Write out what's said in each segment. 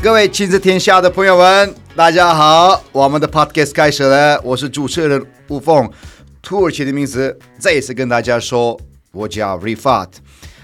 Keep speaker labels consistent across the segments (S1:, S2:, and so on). S1: 各位亲子天下的朋友们，大家好，我们的 podcast 开始了，我是主持人吴凤。土耳其的名字再一次跟大家说，我叫 Rifat。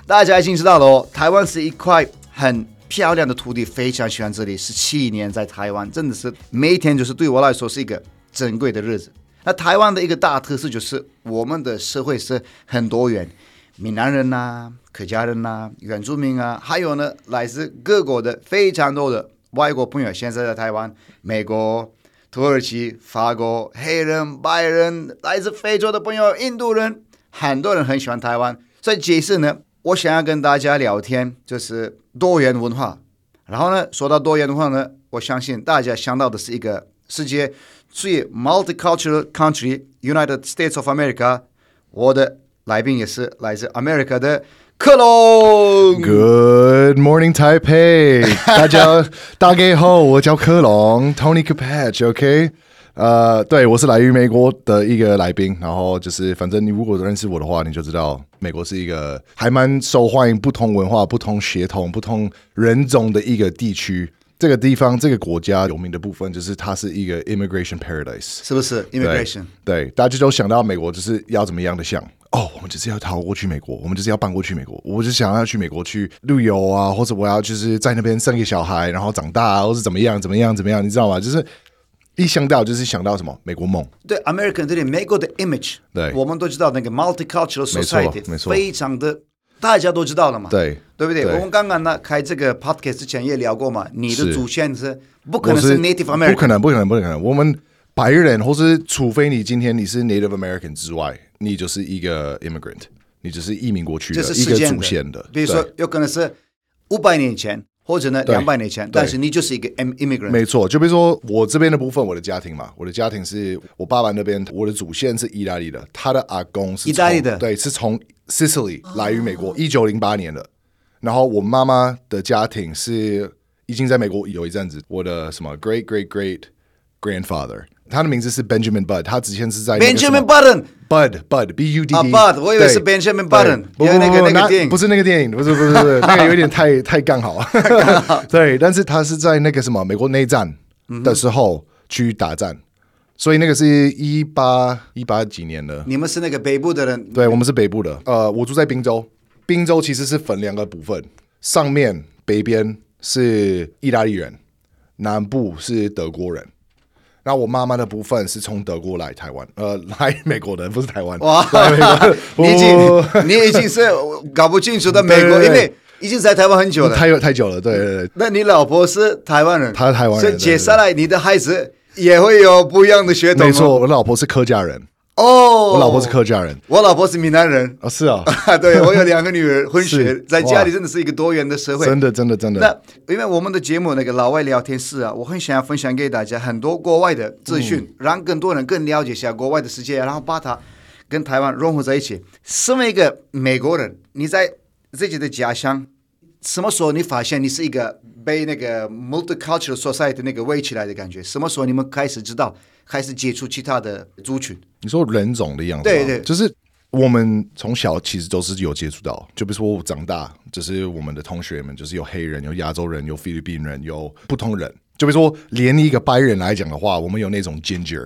S1: 大家已经知道了哦，台湾是一块很漂亮的土地，非常喜欢这里。十七年在台湾，真的是每一天就是对我来说是一个珍贵的日子。那台湾的一个大特色就是我们的社会是很多元，闽南人呐、客家人呐、原住民啊，还有呢，来自各国的非常多的外国朋友，现在在台湾、美国、土耳其、法国、黑人、白人，来自非洲的朋友、印度人，很多人很喜欢台湾。所以这一次呢，我想要跟大家聊天，就是多元文化。然后呢，说到多元文化呢，我相信大家想到的是一个世界最 multicultural country United States of America。我的来宾也是来自 America 的克隆。
S2: Good morning, Taipei！大家大家好，我叫科隆 Tony Capatch，OK？、呃，对，我是来于美国的一个来宾，然后就是，反正你如果认识我的话，你就知道美国是一个还蛮受欢迎不同文化、不同血统、不同人种的一个地区。这个地方、这个国家有名的部分，就是它是一个 immigration paradise。
S1: 是不是
S2: 对
S1: immigration？
S2: 对，大家都想到美国就是要怎么样的像哦，我们就是要逃过去美国，我们就是要搬过去美国，我就想要去美国去旅游啊，或者我要就是在那边生个小孩，然后长大、啊，或是怎么样怎么样怎么样，你知道吗？就是一想到就是想到什么美国梦，
S1: 对 American 这里美国的 image，
S2: 对
S1: 我们都知道那个 multicultural
S2: 没错
S1: society，
S2: 没错
S1: 非常的大家都知道了嘛，
S2: 对
S1: 对不对？
S2: 对
S1: 我们刚刚呢开这个 podcast 之前也聊过嘛，你的
S2: 是
S1: 祖先是不可
S2: 我
S1: 能是 Native
S2: 不
S1: American，
S2: 可能，不可能，不可能，我们白人，或是除非你今天你是 Native American 之外，你就是一个 immigrant，你只是移民过去的
S1: 这是
S2: 一
S1: 事
S2: 个
S1: 件
S2: 祖先的，
S1: 比如说
S2: 对
S1: 有可能是五百年前或者呢
S2: 对
S1: 两百年前，
S2: 对
S1: 但是你就是一个 im- immigrant，
S2: 没错，就比如说我这边的部分，我的家庭嘛，我的家庭是我爸爸那边，我的祖先是意大利的，他的阿公是从
S1: 意大利的
S2: 对，是从 Sicily 来于美国，一九零八年的。然后我妈妈的家庭是已经在美国有一阵子，我的什么 great great great grandfather，他的名字是 Benjamin Bud，他之前是在那个什么
S1: Benjamin Button。
S2: Bud Bud B U D D
S1: 啊，Bud，我以为是 Benjamin Button，
S2: 不
S1: 因为
S2: 不
S1: 那个
S2: 不
S1: 那个
S2: 那
S1: 电影
S2: 不是那个电影，不是不是不 是那个有点太太刚好，对，但是他是在那个什么美国内战的时
S1: 嗯
S2: 候去打仗，所以那个是一八一八几年的，
S1: 你们是那个北部的人，
S2: 对我们是北部的，呃，我住在宾州，宾州其实是分两个部分，上面北边是意大利人，南部是德国人。那我妈妈的部分是从德国来台湾，呃， 来美国的，不是台湾。
S1: 哇
S2: 来美国 的哦
S1: 你已
S2: 我
S1: 经你已经是搞不清楚的美国，
S2: 对对对
S1: 因为已经在台湾很久了。
S2: 太有太久了，对对对，
S1: 那你老婆是台湾人，
S2: 她是台湾人
S1: 所以
S2: 对
S1: 接下来你的孩子也会有不一样的血统、
S2: 没错，。我老婆是客家人，
S1: 哦，
S2: 我老婆是，客家人。
S1: 我老婆是闽南人
S2: 啊，是啊，
S1: 对，我有两个女儿混血
S2: 是，
S1: 在家里
S2: 哇
S1: 真的是一个多元的社会。
S2: 真的真的真的，
S1: 那因为我们的节目那个老外聊天室啊，我很想要分享给大家很多国外的资讯，让更多人更了解一下国外的世界，然后把它跟台湾融合在一起。身为一个美国人，你在自己的家乡，什么时候你发现你是一个被那个 multicultural society 那个围起来的感觉？什么时候你们开始知道，开始接触其他的族群？
S2: 你说人种的样子吗，
S1: 对对
S2: 就是我们从小其实都是有接触到，就比如说我长大，就是我们的同学们，就是有黑人、有亚洲人、有菲律宾人、有不同人，就比如说连一个白人来讲的话，我们有那种 ginger，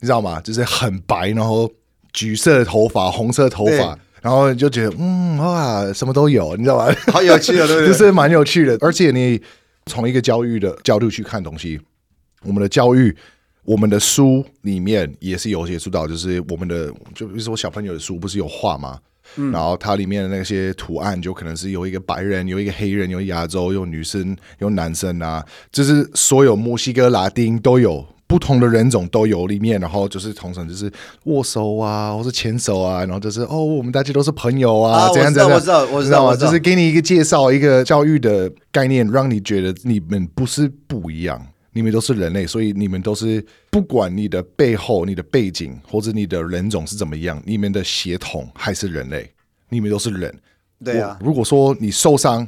S2: 你知道吗？就是很白，然后橘色的头发、红色的头
S1: 对
S2: 发，然后你就觉得嗯哇，什么都有，你知道吗？
S1: 好 有趣啊，对不对？
S2: 就是蛮有趣的。而且你从一个教育的角度去看东西，我们的教育，我们的书里面也是有接触到，就是我们的，就比如说小朋友的书不是有画吗？
S1: 嗯
S2: 然后它里面的那些图案，就可能是有一个白人，有一个黑人，有亚洲，有女生，有男生啊，就是所有墨西哥、拉丁都有，不同的人种都有里面，然后就是通常就是握手啊，或是牵手啊，然后就是哦，我们大家都是朋友
S1: 啊
S2: 啊，
S1: 我
S2: 怎样
S1: 知
S2: 怎
S1: 道
S2: 样，
S1: 我知道我知道
S2: 你吗
S1: 我知道
S2: 就是给你一个介绍，一个教育的概念，让你觉得你们不是不一样。你们都是人类，所以你们都是不管你的背后、你的背景或者你的人种是怎么样，你们的血统还是人类，你们都是人。
S1: 对啊
S2: 我如果说你受伤，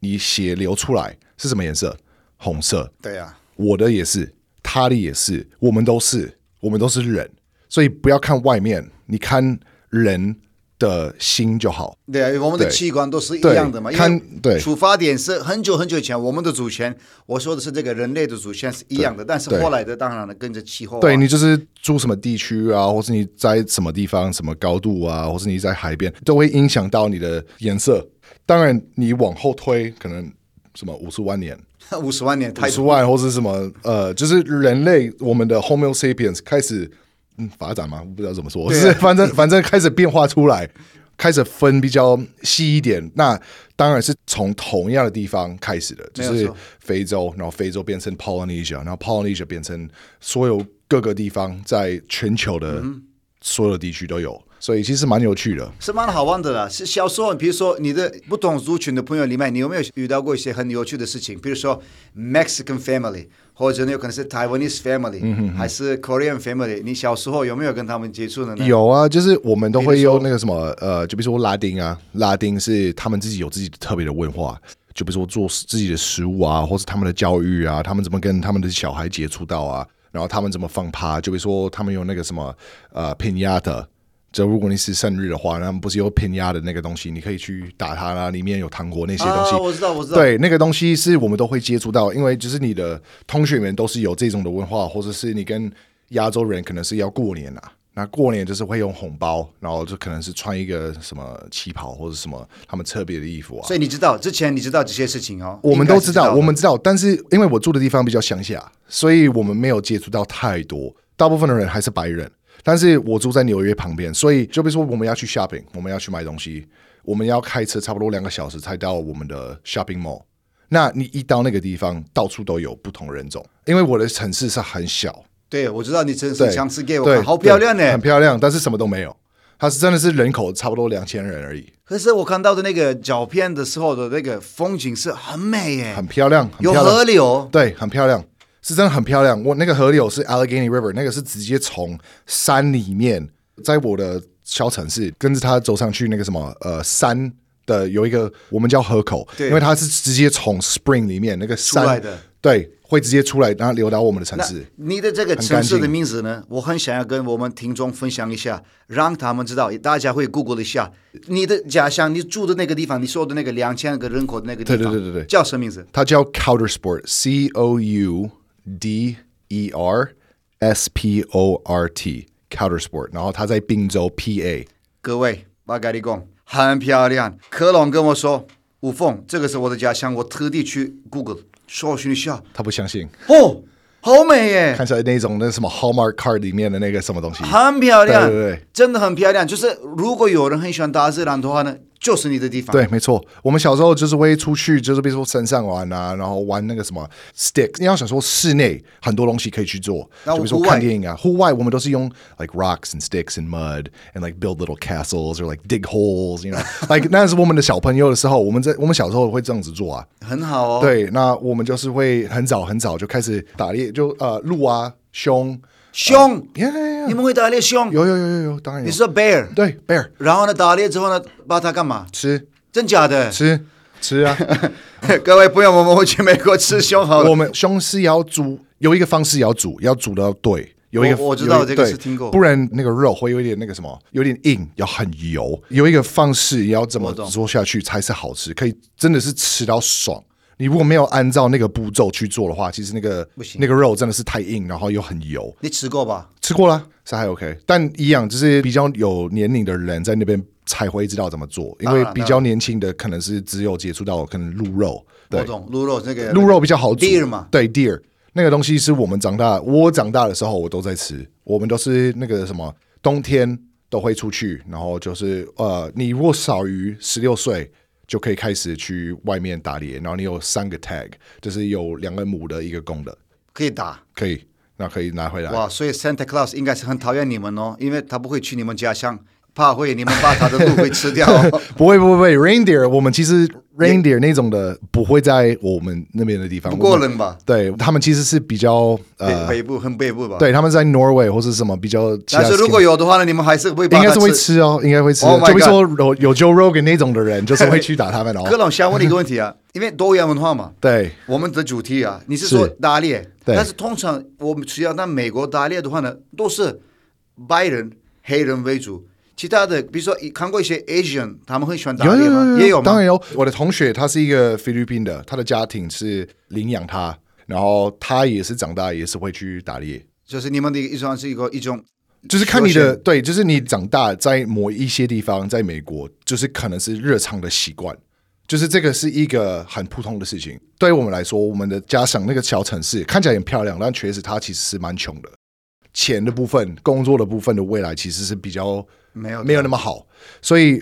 S2: 你血流出来是什么颜色？红色。
S1: 对啊，
S2: 我的也是，他的也是，我们都是，我们都是人，所以不要看外面，你看人的心就好。
S1: 对啊，我们的
S2: 对
S1: 器官都是一
S2: 对
S1: 样的嘛。因为
S2: 看对
S1: 出发点是很久很久以前我们的祖先，我说的是这个人类的祖先是一样的，但是
S2: 对
S1: 后来的当然了，跟着气候、啊，
S2: 对你就是住什么地区啊，或是你在什么地方、什么高度啊，或是你在海边，都会影响到你的颜色。当然，你往后推，可能什么五十万年、
S1: 五十万年太
S2: 五十万或是什么呃，就是人类我们的 Homo sapiens 开始嗯发展嘛，我不知道怎么说，
S1: 对啊
S2: 是反正反正开始变化出来，开始分比较细一点。那当然是从同样的地方开始的，就
S1: 没有
S2: 是
S1: 错
S2: 非洲，然后非洲变成 Polynesia，然后 Polynesia 变成所有各个地方在全球
S1: 嗯
S2: 的所有地区都有，所以其实蛮有趣的。
S1: 是蛮好玩的啦。是小时候，比如说你的不同族群的朋友里面，你有没有遇到过一些很有趣的事情？比如说 Mexican family，或者呢有可能是 Taiwanese family，、还
S2: 嗯
S1: 是 Korean family。你小时候有没有跟他们接触的呢？
S2: 有啊，就是我们都会
S1: 比如说
S2: 用那个什么，呃，就比如说拉丁啊，拉丁是他们自己有自己特别的文化，就比如说做自己的食物啊，或是他们的教育啊，他们怎么跟他们的小孩接触到啊，然后他们怎么放趴，就比如说他们有那个什么，呃，pinata。就如果你是生日的话，那他们不是有 pinata 的那个东西，你可以去打它啦，里面有糖果那些东西。
S1: 啊，我知道，我知道。
S2: 对，那个东西是我们都会接触到，因为就是你的同学们都是有这种的文化，或者是你跟亚洲人可能是要过年啊。那过年就是会用红包，然后就可能是穿一个什么旗袍或者什么他们特别的衣服啊。
S1: 所以你知道之前你知道这些事情哦，
S2: 我们都知
S1: 应该
S2: 道，
S1: 是
S2: 我们知道，但是因为我住的地方比较乡下，所以我们没有接触到太多，大部分的人还是白人。但是我住在纽约旁边，所以就比如说我们要去 shopping，我们要去买东西，我们要开车差不多两个小时才到我们的 shopping mall。那你一到那个地方，到处都有不同人种，因为我的城市是很小，
S1: 对，我知道你真
S2: 对
S1: 是强势给我
S2: 对，
S1: 看，好漂亮
S2: 对
S1: 呢
S2: 很。漂亮，但是什么都没有。它是真的是人口差不多两千人而已，
S1: 可是我看到的那个照片的时候的那个风景是很美耶，
S2: 很漂亮，很
S1: 有
S2: 漂亮
S1: 河流，
S2: 对，很漂亮，是真的很漂亮。我那个河流是 Allegheny River，那个是直接从山里面，在我的小城市跟着它走上去那个什么呃山的有一个我们叫河口，
S1: 对
S2: 因为它是直接从 Spring 里面那个山
S1: 来的，
S2: 对，会直接出来，然后流到我们的城
S1: 那
S2: 市。
S1: 你的这个城市的名字呢？我很想要跟我们听众分享一下，让他们知道，大家会 Google 一下你的家乡，你住的那个地方，你说的那个两千个人口的那个地方，
S2: 对对对对对
S1: 叫什么名字？
S2: 它叫 Countersport，C O U D E R S P O R T，Countersport，然后它在滨州 PA。
S1: 各位，巴嘎利贡很漂亮。科隆跟我说，五凤，这个是我的家乡，我特地去 Google 搜寻一下，
S2: 他不相信，
S1: 哦，好美耶，
S2: 看起来那种那什么 Hallmark card 里面的那个什么东西，
S1: 很漂亮，
S2: 对对对
S1: 真的很漂亮。就是如果有人很喜欢大自然的话呢，就是你的地方。
S2: 对，没错。我们小时候就是会出去，就是比如说山上玩啊，然后玩那个什么 stick。你要想说室内很多东西可以去做，
S1: 那
S2: 就比如说
S1: 户外
S2: 看电影啊，户外我们都是用 like rocks and sticks and mud and like build little castles or like dig holes，you know，like 那是我们的小朋友的时候，我们在我们小时候会这样子做啊。
S1: 很好哦。
S2: 对，那我们就是会很早很早就开始打猎，就呃鹿啊、熊，
S1: 凶，
S2: 耶、yeah, yeah,
S1: 你们会打猎凶？
S2: 哦有有有有有，当然
S1: 你
S2: 有。
S1: 说 bear，
S2: 对，bear
S1: 然后呢，打猎之后呢，把它干嘛？
S2: 吃
S1: 真假的？
S2: 吃吃啊。
S1: 各位朋友们，我们去美国吃熊好了。
S2: 我们胸是要煮，有一个方式要煮，要煮到对。有一个
S1: 我我知道
S2: 有一
S1: 这个
S2: 对
S1: 是听过
S2: 不然那个肉会有一点那个什么，有点硬，要很油。有一个方式要怎么
S1: 我懂
S2: 做下去才是好吃，可以真的是吃到爽。你如果没有按照那个步骤去做的话，其实那个
S1: 不行
S2: 那个肉真的是太硬，然后又很油。
S1: 你吃过吧？
S2: 吃过啦，是还 OK，但一样就是比较有年龄的人在那边才会知道怎么做，因
S1: 当
S2: 为
S1: 然
S2: 比较年轻的可能是只有接触到可能鹿肉，对
S1: 我，懂，鹿肉那个
S2: 鹿肉比较好煮
S1: ，deer 嘛，
S2: 对 deer。那个东西是我们长大，我长大的时候我都在吃，我们都是那个什么冬天都会出去，然后就是呃，你如果少于十六岁。就可以开始去外面打猎，然后你有三个 tag，就是有两个母的，一个公的，
S1: 可以打
S2: 可以，那可以拿回来。
S1: 哇！所以 Santa Claus 应该是很讨厌你们哦，因为他不会去你们家乡，怕会你们把他的鹿会吃掉。 哦
S2: 不会不会不会，reindeer 我们其实 reindeer 那种的不会在我们那边的地方，
S1: 不过
S2: 我们
S1: 冷吧？
S2: 对他们其实是比较
S1: 北
S2: 呃，
S1: 北部很北部吧？。
S2: 对他们在 Norway 或是什么比较其他
S1: 但
S2: skin，
S1: 是如果有的话呢，你们还是会把
S2: 应
S1: 它
S2: 该是会吃哦，应该会吃。
S1: Oh my
S2: 就比如说有有 Joe Rogan 那种的人，就 是会去打他们
S1: 柯
S2: 哦。
S1: 老师想问你一个问题 啊，因为多元文化嘛，
S2: 对，
S1: 我们的主题啊，你是说
S2: 是
S1: 打猎，
S2: 对
S1: 但是通常我们只要那美国打猎的话呢，都是白人、黑人为主，其他的比如说看过一些 Asian，他们会喜欢打
S2: 有
S1: 猎
S2: 有
S1: 吗？
S2: 有
S1: 也有吗
S2: 当然有。我的同学他是一个菲律宾的，他的家庭是领养他，然后他也是长大也是会去打猎。
S1: 就是你们的一种是一个一种，
S2: 就是看你的对，就是你长大在某一些地方，在美国，就是可能是日常的习惯，就是这个是一个很普通的事情。对于我们来说，我们的家乡那个小城市看起来很漂亮，但确实它其实是蛮穷的，钱的部分、工作的部分的未来其实是比较
S1: 没有的
S2: 没有那么好，所以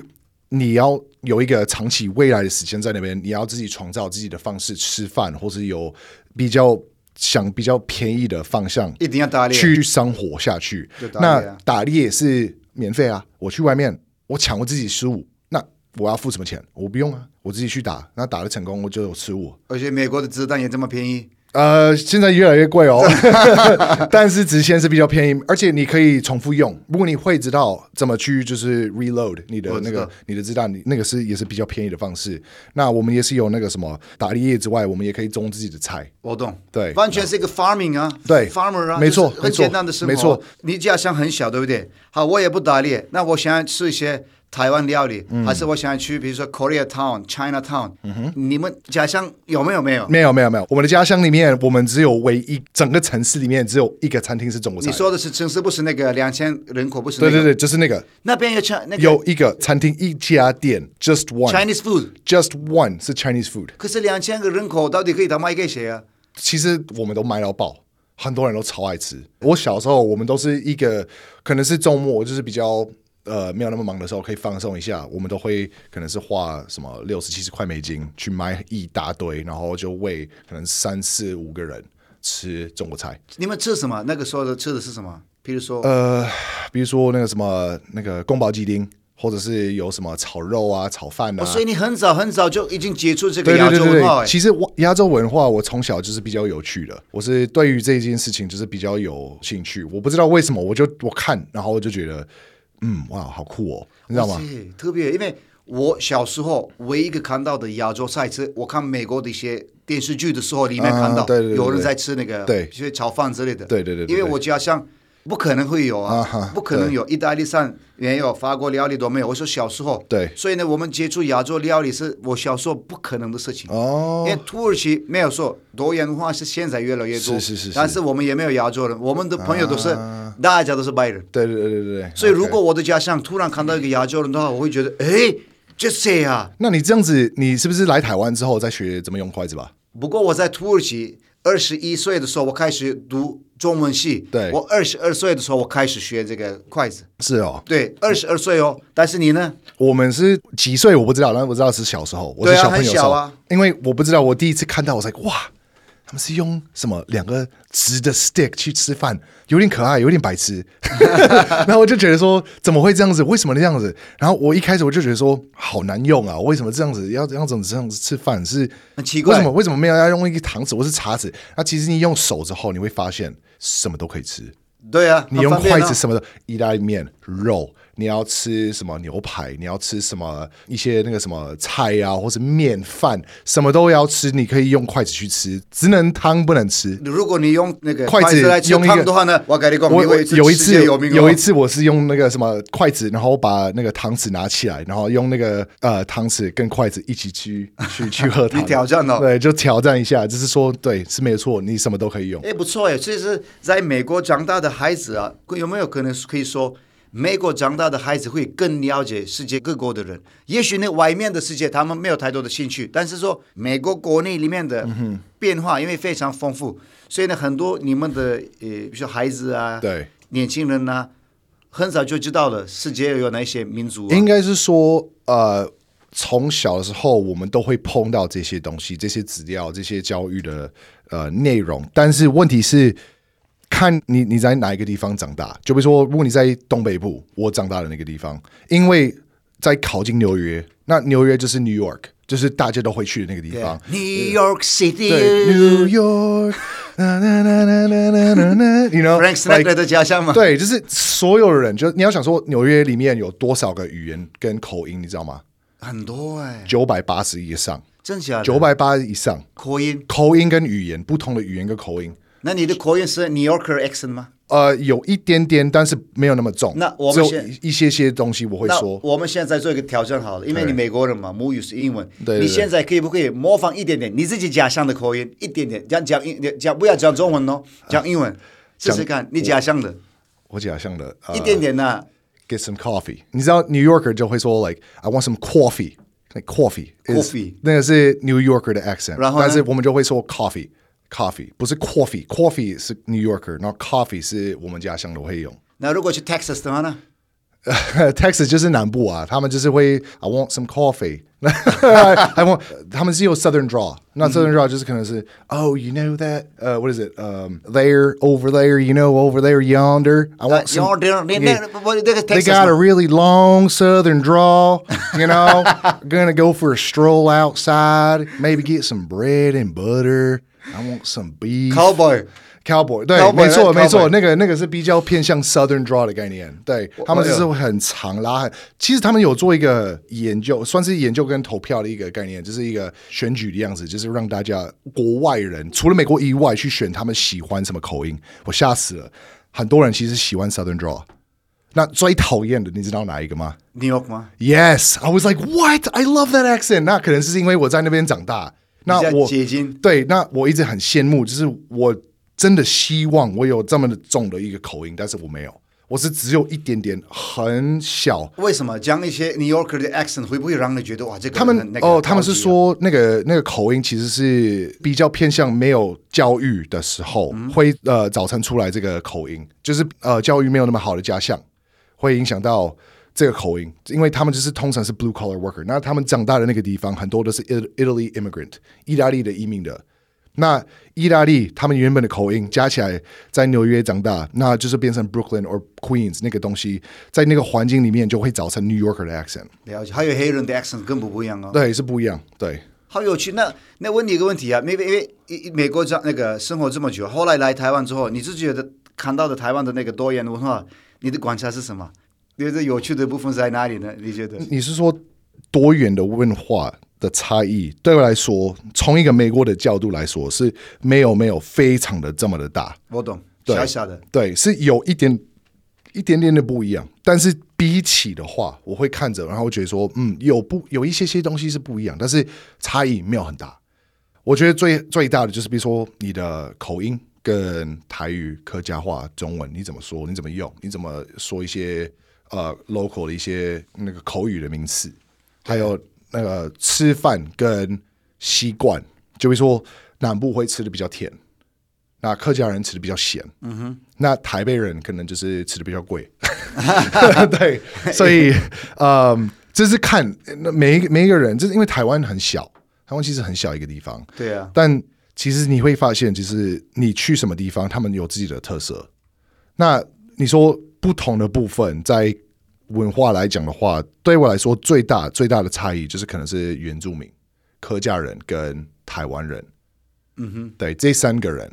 S2: 你要有一个长期未来的时间在那边，你要自己创造自己的方式吃饭，或是有比较想比较便宜的方向
S1: 一定要打猎。
S2: 去生活下去
S1: 就。打猎啊
S2: 那打猎是免费啊，我去外面我抢我自己食物，那我要付什么钱？我不用啊，我自己去打，那打的成功我就有食物。
S1: 而且美国的子弹也这么便宜，
S2: 呃，现在越来越贵哦， 但是直线是比较便宜，而且你可以重复用。如果你会知道怎么去就是 reload 你的
S1: 我知
S2: 那
S1: 道
S2: 个你的子弹，你那个是也是比较便宜的方式。那我们也是有那个什么打猎之外，我们也可以种自己的菜。
S1: 我懂。
S2: 对
S1: 完全是一个 farming 啊，
S2: 对
S1: ，farmer 啊，
S2: 没错
S1: 就是
S2: 没
S1: 很
S2: 错
S1: 简单的生活。
S2: 没错，
S1: 你家乡很小，对不对？好，我也不打猎，那我想要吃一些台湾料理，
S2: 嗯
S1: 还是我想要去比如说 Korea Town、China Town。你们家乡有没有没有？
S2: 没有没有没有，我们的家乡里面，我们只有唯一整个城市里面只有一个餐厅是中国菜
S1: 你。说的是城市，不是那个两千人口，不是那
S2: 对
S1: 个
S2: 对对，就是那个
S1: 那边有 Chi 那个
S2: 有一个餐厅一家店，just one，just
S1: Chinese food，
S2: one 是 Chinese food。
S1: 可是两千个人口到底可以他卖给谁啊？
S2: 其实我们都买到爆，很多人都超爱吃。我小时候，我们都是一个可能是周末，就是比较呃没有那么忙的时候，可以放松一下，我们都会可能是花什么六十七十块美金去买一大堆，然后就喂可能三四五个人吃中国菜。
S1: 你们吃什么？那个时候的吃的是什么？比如说，
S2: 呃，比如说那个什么那个宫保鸡丁，或者是有什么炒肉啊、炒饭啊。
S1: 哦所以你很早很早就已经接触这个
S2: 对
S1: 亚
S2: 对对
S1: 洲
S2: 对
S1: 文化、
S2: 对，
S1: 哎
S2: 其实我亚洲文化我从小就是比较有趣的，我是对于这件事情就是比较有兴趣。我不知道为什么，我就我看，然后我就觉得，嗯，哇，好酷哦，你知道吗？
S1: 对，特别，因为我小时候唯一一个看到的亚洲菜吃，我看美国的一些电视剧的时候，里面看到、
S2: 啊对对对
S1: 有人在吃那个，
S2: 对
S1: 一些炒饭之类的。
S2: 对对对对
S1: 因为我家乡不可能会有啊，
S2: 啊哈
S1: 不可能有意大利菜没有，法国料理都没有。我说小时候，
S2: 对
S1: 所以呢，我们接触亚洲料理是我小时候不可能的事情。
S2: 哦
S1: 因为土耳其没有说多元文化是现在越来越多，
S2: 是是是是啊
S1: 但是我们也没有亚洲人，我们的朋友都是、大家都是白人，
S2: 对对对对对对，
S1: 所以
S2: OK
S1: 如果我的家乡突然看到一个亚洲人的话，我会觉得，哎，这谁啊？
S2: 那你这样子，你是不是来台湾之后再学怎么用筷子吧？
S1: 不过我在土耳其二十一岁的时候，我开始读中文系。
S2: 对
S1: 我二十二岁的时候，我开始学这个筷子。
S2: 是哦，
S1: 对，二十二岁哦。但是你呢？
S2: 我们是几岁我不知道，但是我知道是小时候，我
S1: 对
S2: 是
S1: 啊
S2: 小朋友的时候，
S1: 很小啊
S2: 因为我不知道，我第一次看到，我才哇，他们是用什么两个直的 stick 去吃饭，有点可爱，有点白痴， 然后我就觉得说怎么会这样子？为什么这样子？然后我一开始我就觉得说好难用啊，为什么这样子要要怎么这样子吃饭是
S1: 很奇怪
S2: 为什么为什么没有要用一个糖匙或是叉子？那其实你用手之后，你会发现什么都可以吃。
S1: 对啊，
S2: 你用
S1: 很方便啊
S2: 筷子什么的，意大利面、肉，你要吃什么牛排，你要吃什么一些那个什么菜啊，或是面饭，什么都要吃，你可以用筷子去吃，只能汤不能吃。
S1: 如果你用那个
S2: 筷子
S1: 来吃
S2: 用一个
S1: 汤的话呢，我跟你讲，
S2: 我
S1: 你
S2: 我
S1: 会是
S2: 有一
S1: 世
S2: 次
S1: 界有名哦
S2: 有一次我是用那个什么筷子，然后我把那个汤匙拿起来，然后用那个呃汤匙跟筷子一起去去去喝汤，
S1: 挑战哦
S2: 对，就挑战一下，就是说对是没有错，你什么都可以用。
S1: 哎，不错哎，其实在美国长大的孩子啊，有没有可能可以说，美国长大的孩子会更了解世界各国的人。也许那外面的世界他们没有太多的兴趣，但是说美国国内里面的变化，因为非常丰富，所以呢，很多你们的呃，比如说孩子啊，
S2: 对，
S1: 年轻人呐、啊很早就知道了世界有哪些民族、啊
S2: 应。该是说，呃，从小的时候我们都会碰到这些东西、这些资料、这些教育的呃内容，但是问题是。看你你在哪一个地方长大，就比如说，如果你在东北部，我长大的那个地方，因为在靠近纽约，那纽约就是 New York，就是大家都会去的那个地方。
S1: New York
S2: 对
S1: City，Frank
S2: ，New York，na na na na na na na na，you know，like-
S1: Sinatra 的家乡嘛。
S2: 对，就是所有人，就你要想说纽约里面有多少个语言跟口音，你知道吗？
S1: 很多哎、
S2: 九百八十以上，
S1: 真假的？
S2: 九百八以上，
S1: 口音，
S2: 口音跟语言不同的语言跟口音，
S1: 那你的口音是 New Yorker accent 吗？
S2: 呃，有一点点，但是没有那么重。
S1: 那我们
S2: 只有
S1: 先
S2: 一一些些东西我会
S1: 那
S2: 说，
S1: 我们现在做一个挑战好了，因为你
S2: 对
S1: 美国人嘛，母语是英文，
S2: 对对
S1: 你现在可以不可以模仿一点点你自己家乡的口音，一点点，讲讲英讲不要讲中文哦，
S2: 啊
S1: 讲英文试试看，你家乡的
S2: 我假想的、呃、
S1: 一点点啊呐、
S2: get some coffee。你知道 New Yorker 就会说 like I want some coffee。Like coffee, is-
S1: Coffee
S2: 那个是 New Yorker 的 accent，
S1: 然后呢
S2: 但是我们就会说 coffee, coffee 不是 coffee, coffee 是 New Yorker，然后 coffee 是我们家乡的会用。
S1: 那如果去 Texas 的话呢？
S2: Texas 就是南部啊，他们就是会 I want some coffee，I want，他们是有 Southern draw，那 Southern draw 就是可能是 Oh you know that，呃、what is it，呃、there over there，you know over there yonder，I
S1: 那
S2: want some，
S1: 那那那不那个
S2: They
S1: Texas
S2: got
S1: 嘛
S2: a really long southern draw, you know. Gonna go for a stroll outside, maybe get some bread and butter. I want some beef.
S1: cowboy。
S2: Cowboy，对
S1: Cowboy，
S2: 没错，
S1: 那
S2: 没错，
S1: Cowboy
S2: 那个那个是比较偏向 Southern Draw 的概念，对他们就是会很长拉很。其实他们有做一个研究，算是研究跟投票的一个概念，就是一个选举的样子，就是让大家国外人除了美国以外去选他们喜欢什么口音。我吓死了，很多人其实喜欢 Southern Draw。那最讨厌的，你知道哪一个吗？
S1: New York 吗？
S2: Yes, I was like, what? I love that accent. 那可能是因为我在那边长大，那
S1: 比较
S2: 我
S1: 接近
S2: 对，那我一直很羡慕，就是我真的希望我有这么重的一个口音，但是我没有，我是只有一点点，很小。
S1: 为什么讲一些 New Yorker 的 accent 会不会让你觉得哇，这个
S2: 他们
S1: 人那个
S2: 哦，他们
S1: 高
S2: 是
S1: 级啊
S2: 说那个那个口音其实是比较偏向没有教育的时候、
S1: 嗯
S2: 会呃早晨出来这个口音，就是呃教育没有那么好的家乡，会影响到这个口音，因为他们就是通常是 blue collar worker，那他们长大的那个地方很多都是 It- Italy immigrant，意大利的移民的。那意大利他们原本的口音加起来，在纽约长大，那就是变成 Brooklyn or Queens 那个东西，在那个环境里面就会造成 New Yorker 的 accent，
S1: 了解，还有黑人的 accent 更不不一样哦。
S2: 对，是不一样，对。
S1: 好有趣。那那问你一个问题啊，因为因为一美国这那个生活这么久，后来来台湾之后，你自己觉得看到的台湾的那个多元文化，你的观察是什么？你觉得有趣的部分在哪里呢？你觉得？
S2: 你是说多元的文化的差异？对我来说，从一个美国的角度来说，是没有没有非常的这么的大，
S1: 我懂，
S2: 对
S1: 小小的，
S2: 对，是有一点一点点的不一样。但是比起的话，我会看着，然后我觉得说，嗯，有不有一些些东西是不一样，但是差异没有很大。我觉得最最大的就是，比如说你的口音跟台语、客家话、中文，你怎么说？你怎么用？你怎么说一些呃 local 的一些那个口语的名词？还有那个吃饭跟习惯，就比如说南部会吃的比较甜，那客家人吃的比较咸，嗯哼，那台北人可能就是吃的比较贵， 对，所以，嗯，这是看那每一个每一个人，就是因为台湾很小，台湾其实很小一个地方，
S1: 对啊。
S2: 但其实你会发现，就是你去什么地方，他们有自己的特色。那你说不同的部分，在文化来讲的话，对我来说最大最大的差异就是可能是原住民、客家人跟台湾人。嗯哼，对，这三个人。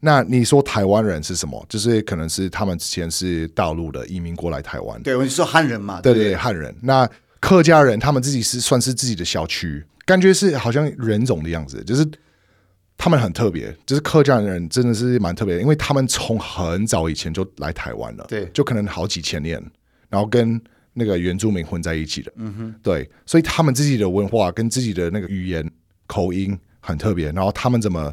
S2: 那你说台湾人是什么？就是可能是他们之前是大陆的移民过来台湾，
S1: 对，我就说汉人嘛，
S2: 对
S1: 不
S2: 对，对，汉人。那客家人他们自己是算是自己的小区，感觉是好像人种的样子，就是他们很特别，就是客家人真的是蛮特别的，因为他们从很早以前就来台湾了，
S1: 对
S2: 就可能好几千年，然后跟那个原住民混在一起的，嗯哼，对，所以他们自己的文化跟自己的那个语言口音很特别，然后他们怎么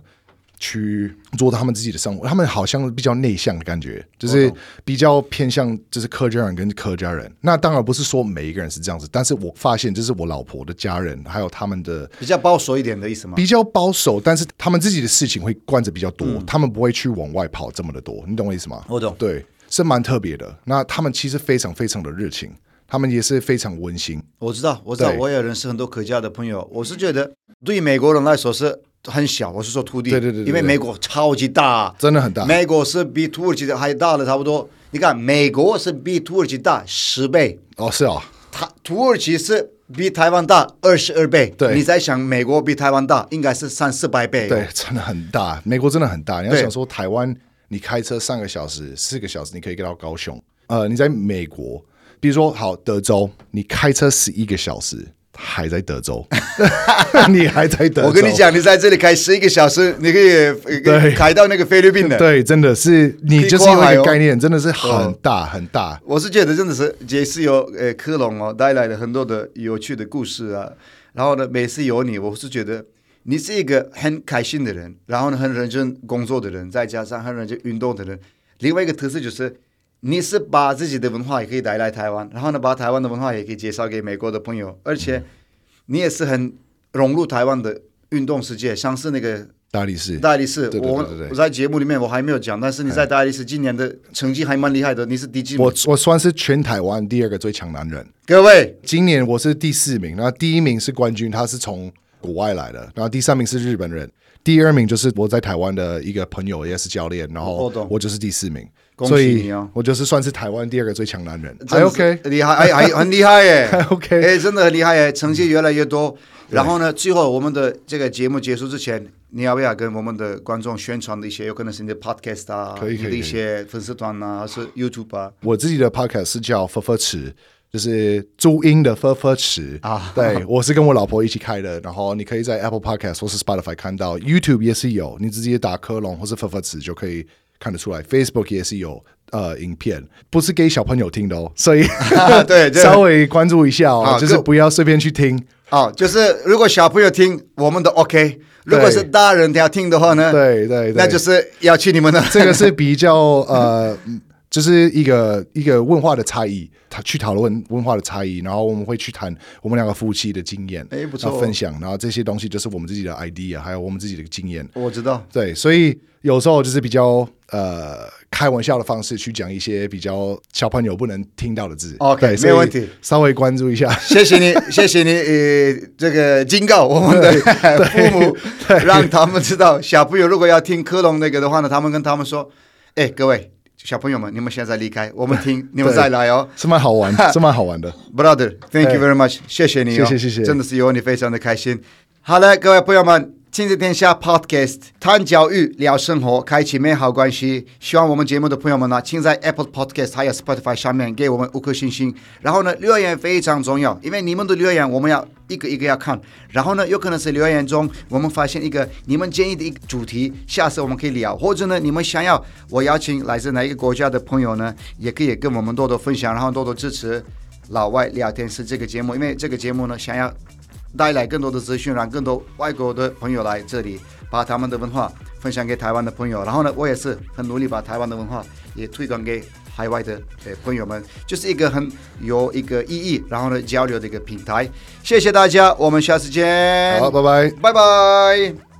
S2: 去做到他们自己的生活。他们好像比较内向的感觉，就是比较偏向就是客家人跟客家人。那当然不是说每一个人是这样子，但是我发现就是我老婆的家人还有他们的
S1: 比较保守一点的意思吗？
S2: 比较保守，但是他们自己的事情会惯着比较多，他们不会去往外跑这么的多，你懂我意思吗？
S1: 嗯我懂
S2: 对，是蛮特别的。那他们其实非常非常的热情，他们也是非常温馨。
S1: 我知道，我知道，
S2: 对
S1: 我也认识很多客家的朋友。我是觉得，对于美国人来说是很小，我是说土地，
S2: 对对对对
S1: 因为美国超级大，
S2: 真的很大
S1: 美国是比土耳其的还大了差不多。你看，美国是比土耳其大十倍，
S2: 哦，是哦，
S1: 它土耳其是比台湾大二十二倍。
S2: 对
S1: 你在想美国比台湾大，应该是三四百倍。
S2: 对，，真的很大，美国真的很大。你要
S1: 对
S2: 想说台湾，你开车三个小时、四个小时，你可以到高雄。呃，你在美国，比如说好德州，你开车十一个小时。还在 德州， 你还在德州？
S1: 我跟你讲，你在这里开十一个小时，你可以呃开到那个菲律宾 的。
S2: 对，真的是你就是
S1: 可以跨
S2: 有
S1: 海
S2: 一
S1: 哦
S2: 个概念，真的是很大很大。
S1: 我是觉得真的是也是由呃科隆哦带来了很多的有趣的故事啊。然后呢，每次有你，我是觉得你是一个很开心的人，然后呢很认真工作的人，再加上很认真运动的人。另外一个特色就是，你是把自己的文化也可以带来台湾，然后呢把台湾的文化也可以介绍给美国的朋友，而
S2: 嗯
S1: 且你也是很融入台湾的运动世界，像是那个
S2: 大力士，
S1: 大力士，
S2: 对对
S1: 我
S2: 对对对哎
S1: 我在节目里面我还没有讲，但是你在大力士今年的成绩还蛮厉害的，你是第几名？
S2: 我我算是全台湾第二个最强男人。
S1: 各位，
S2: 今年我是第四名，那第一名是冠军，他是从国外来的，然后第三名是日本人，第二名就是我在台湾的一个朋友，也是教练，然
S1: 我
S2: 后
S1: 懂
S2: 我就是第四名，
S1: 恭
S2: 所
S1: 喜
S2: 以
S1: 你哦
S2: 我就是算是台湾第二个最强男人，
S1: 真
S2: 还
S1: 的
S2: OK
S1: 是。厉害，哎，还很厉害耶，
S2: 还 OK
S1: 哎，真的很厉害耶，成绩越来越多。然后呢，最后我们的这个节目结束之前，你要不要跟我们的观众宣传的一些，有可能是你的 podcast 啊，
S2: 可以
S1: 你
S2: 可以
S1: 的
S2: 可
S1: 一
S2: 以
S1: 些粉丝团啊，还是 YouTube 啊？
S2: 我自己的 podcast 是叫“分分池”，就是注音的“分分池”
S1: 啊
S2: 啊。 对，我是跟我老婆一起开的，然后你可以在 Apple Podcast 或是 Spotify 看到，YouTube 也是有，你直接打科隆或是“分分池”就可以看得出来。Facebook 也是有呃影片，不是给小朋友听的哦，所以
S1: 对对
S2: 稍微关注一下哦
S1: 好，
S2: 就是
S1: 就
S2: 不要随便去听。
S1: 哦，就是如果小朋友听我们的 OK，如果是大人要听的话呢，
S2: 对对对，
S1: 那就是要去你们的
S2: 这个是比较呃，嗯就是一个一个文化的差异，他去讨论文化的差异，然后我们会去谈我们两个夫妻的经验，
S1: 哎不错
S2: 然后分享，然后这些东西就是我们自己的 idea，还有我们自己的经验，
S1: 我知道。
S2: 对，所以有时候就是比较呃开玩笑的方式去讲一些比较小朋友不能听到的字
S1: OK，
S2: 对所以
S1: 没问题
S2: 稍微关注 一下。
S1: 谢谢 你，谢谢你，呃，这个警告我们的 父母，让他们知道，小朋友如果要听科隆那个的话呢，他们跟他们说，哎，各位小朋友们，你们现在离开，我们听，你们再来哦
S2: 是蛮好玩，是蛮好 玩的。
S1: ，brother，thank you very much，谢谢你、哦，
S2: 谢谢谢谢
S1: 真的是有你非常的开心。好了，各位朋友们。亲子天下 Podcast 谈教育、聊生活，开启美好关系。希望我们节目的朋友们呢，请在 Apple Podcast 还有 Spotify 下面给我们五颗星星。然后呢，留言非常重要，因为你们的留言我们要一个一个要看。然后呢，有可能是留言中我们发现一个你们建议的一个主题，下次我们可以聊，或者呢，你们想要我邀请来自哪一个国家的朋友呢，也可以跟我们多多分享，然后多多支持。老外聊天室这个节目，因为这个节目呢，想要带来更多的资讯，让更多外国的朋友来这里，把他们的文化分享给台湾的朋友。然后呢，我也是很努力把台湾的文化也推广给海外的呃朋友们，就是一个很有一个意义，然后呢交流的一个平台。谢谢大家，我们下次见，
S2: 好，拜拜。
S1: 拜拜。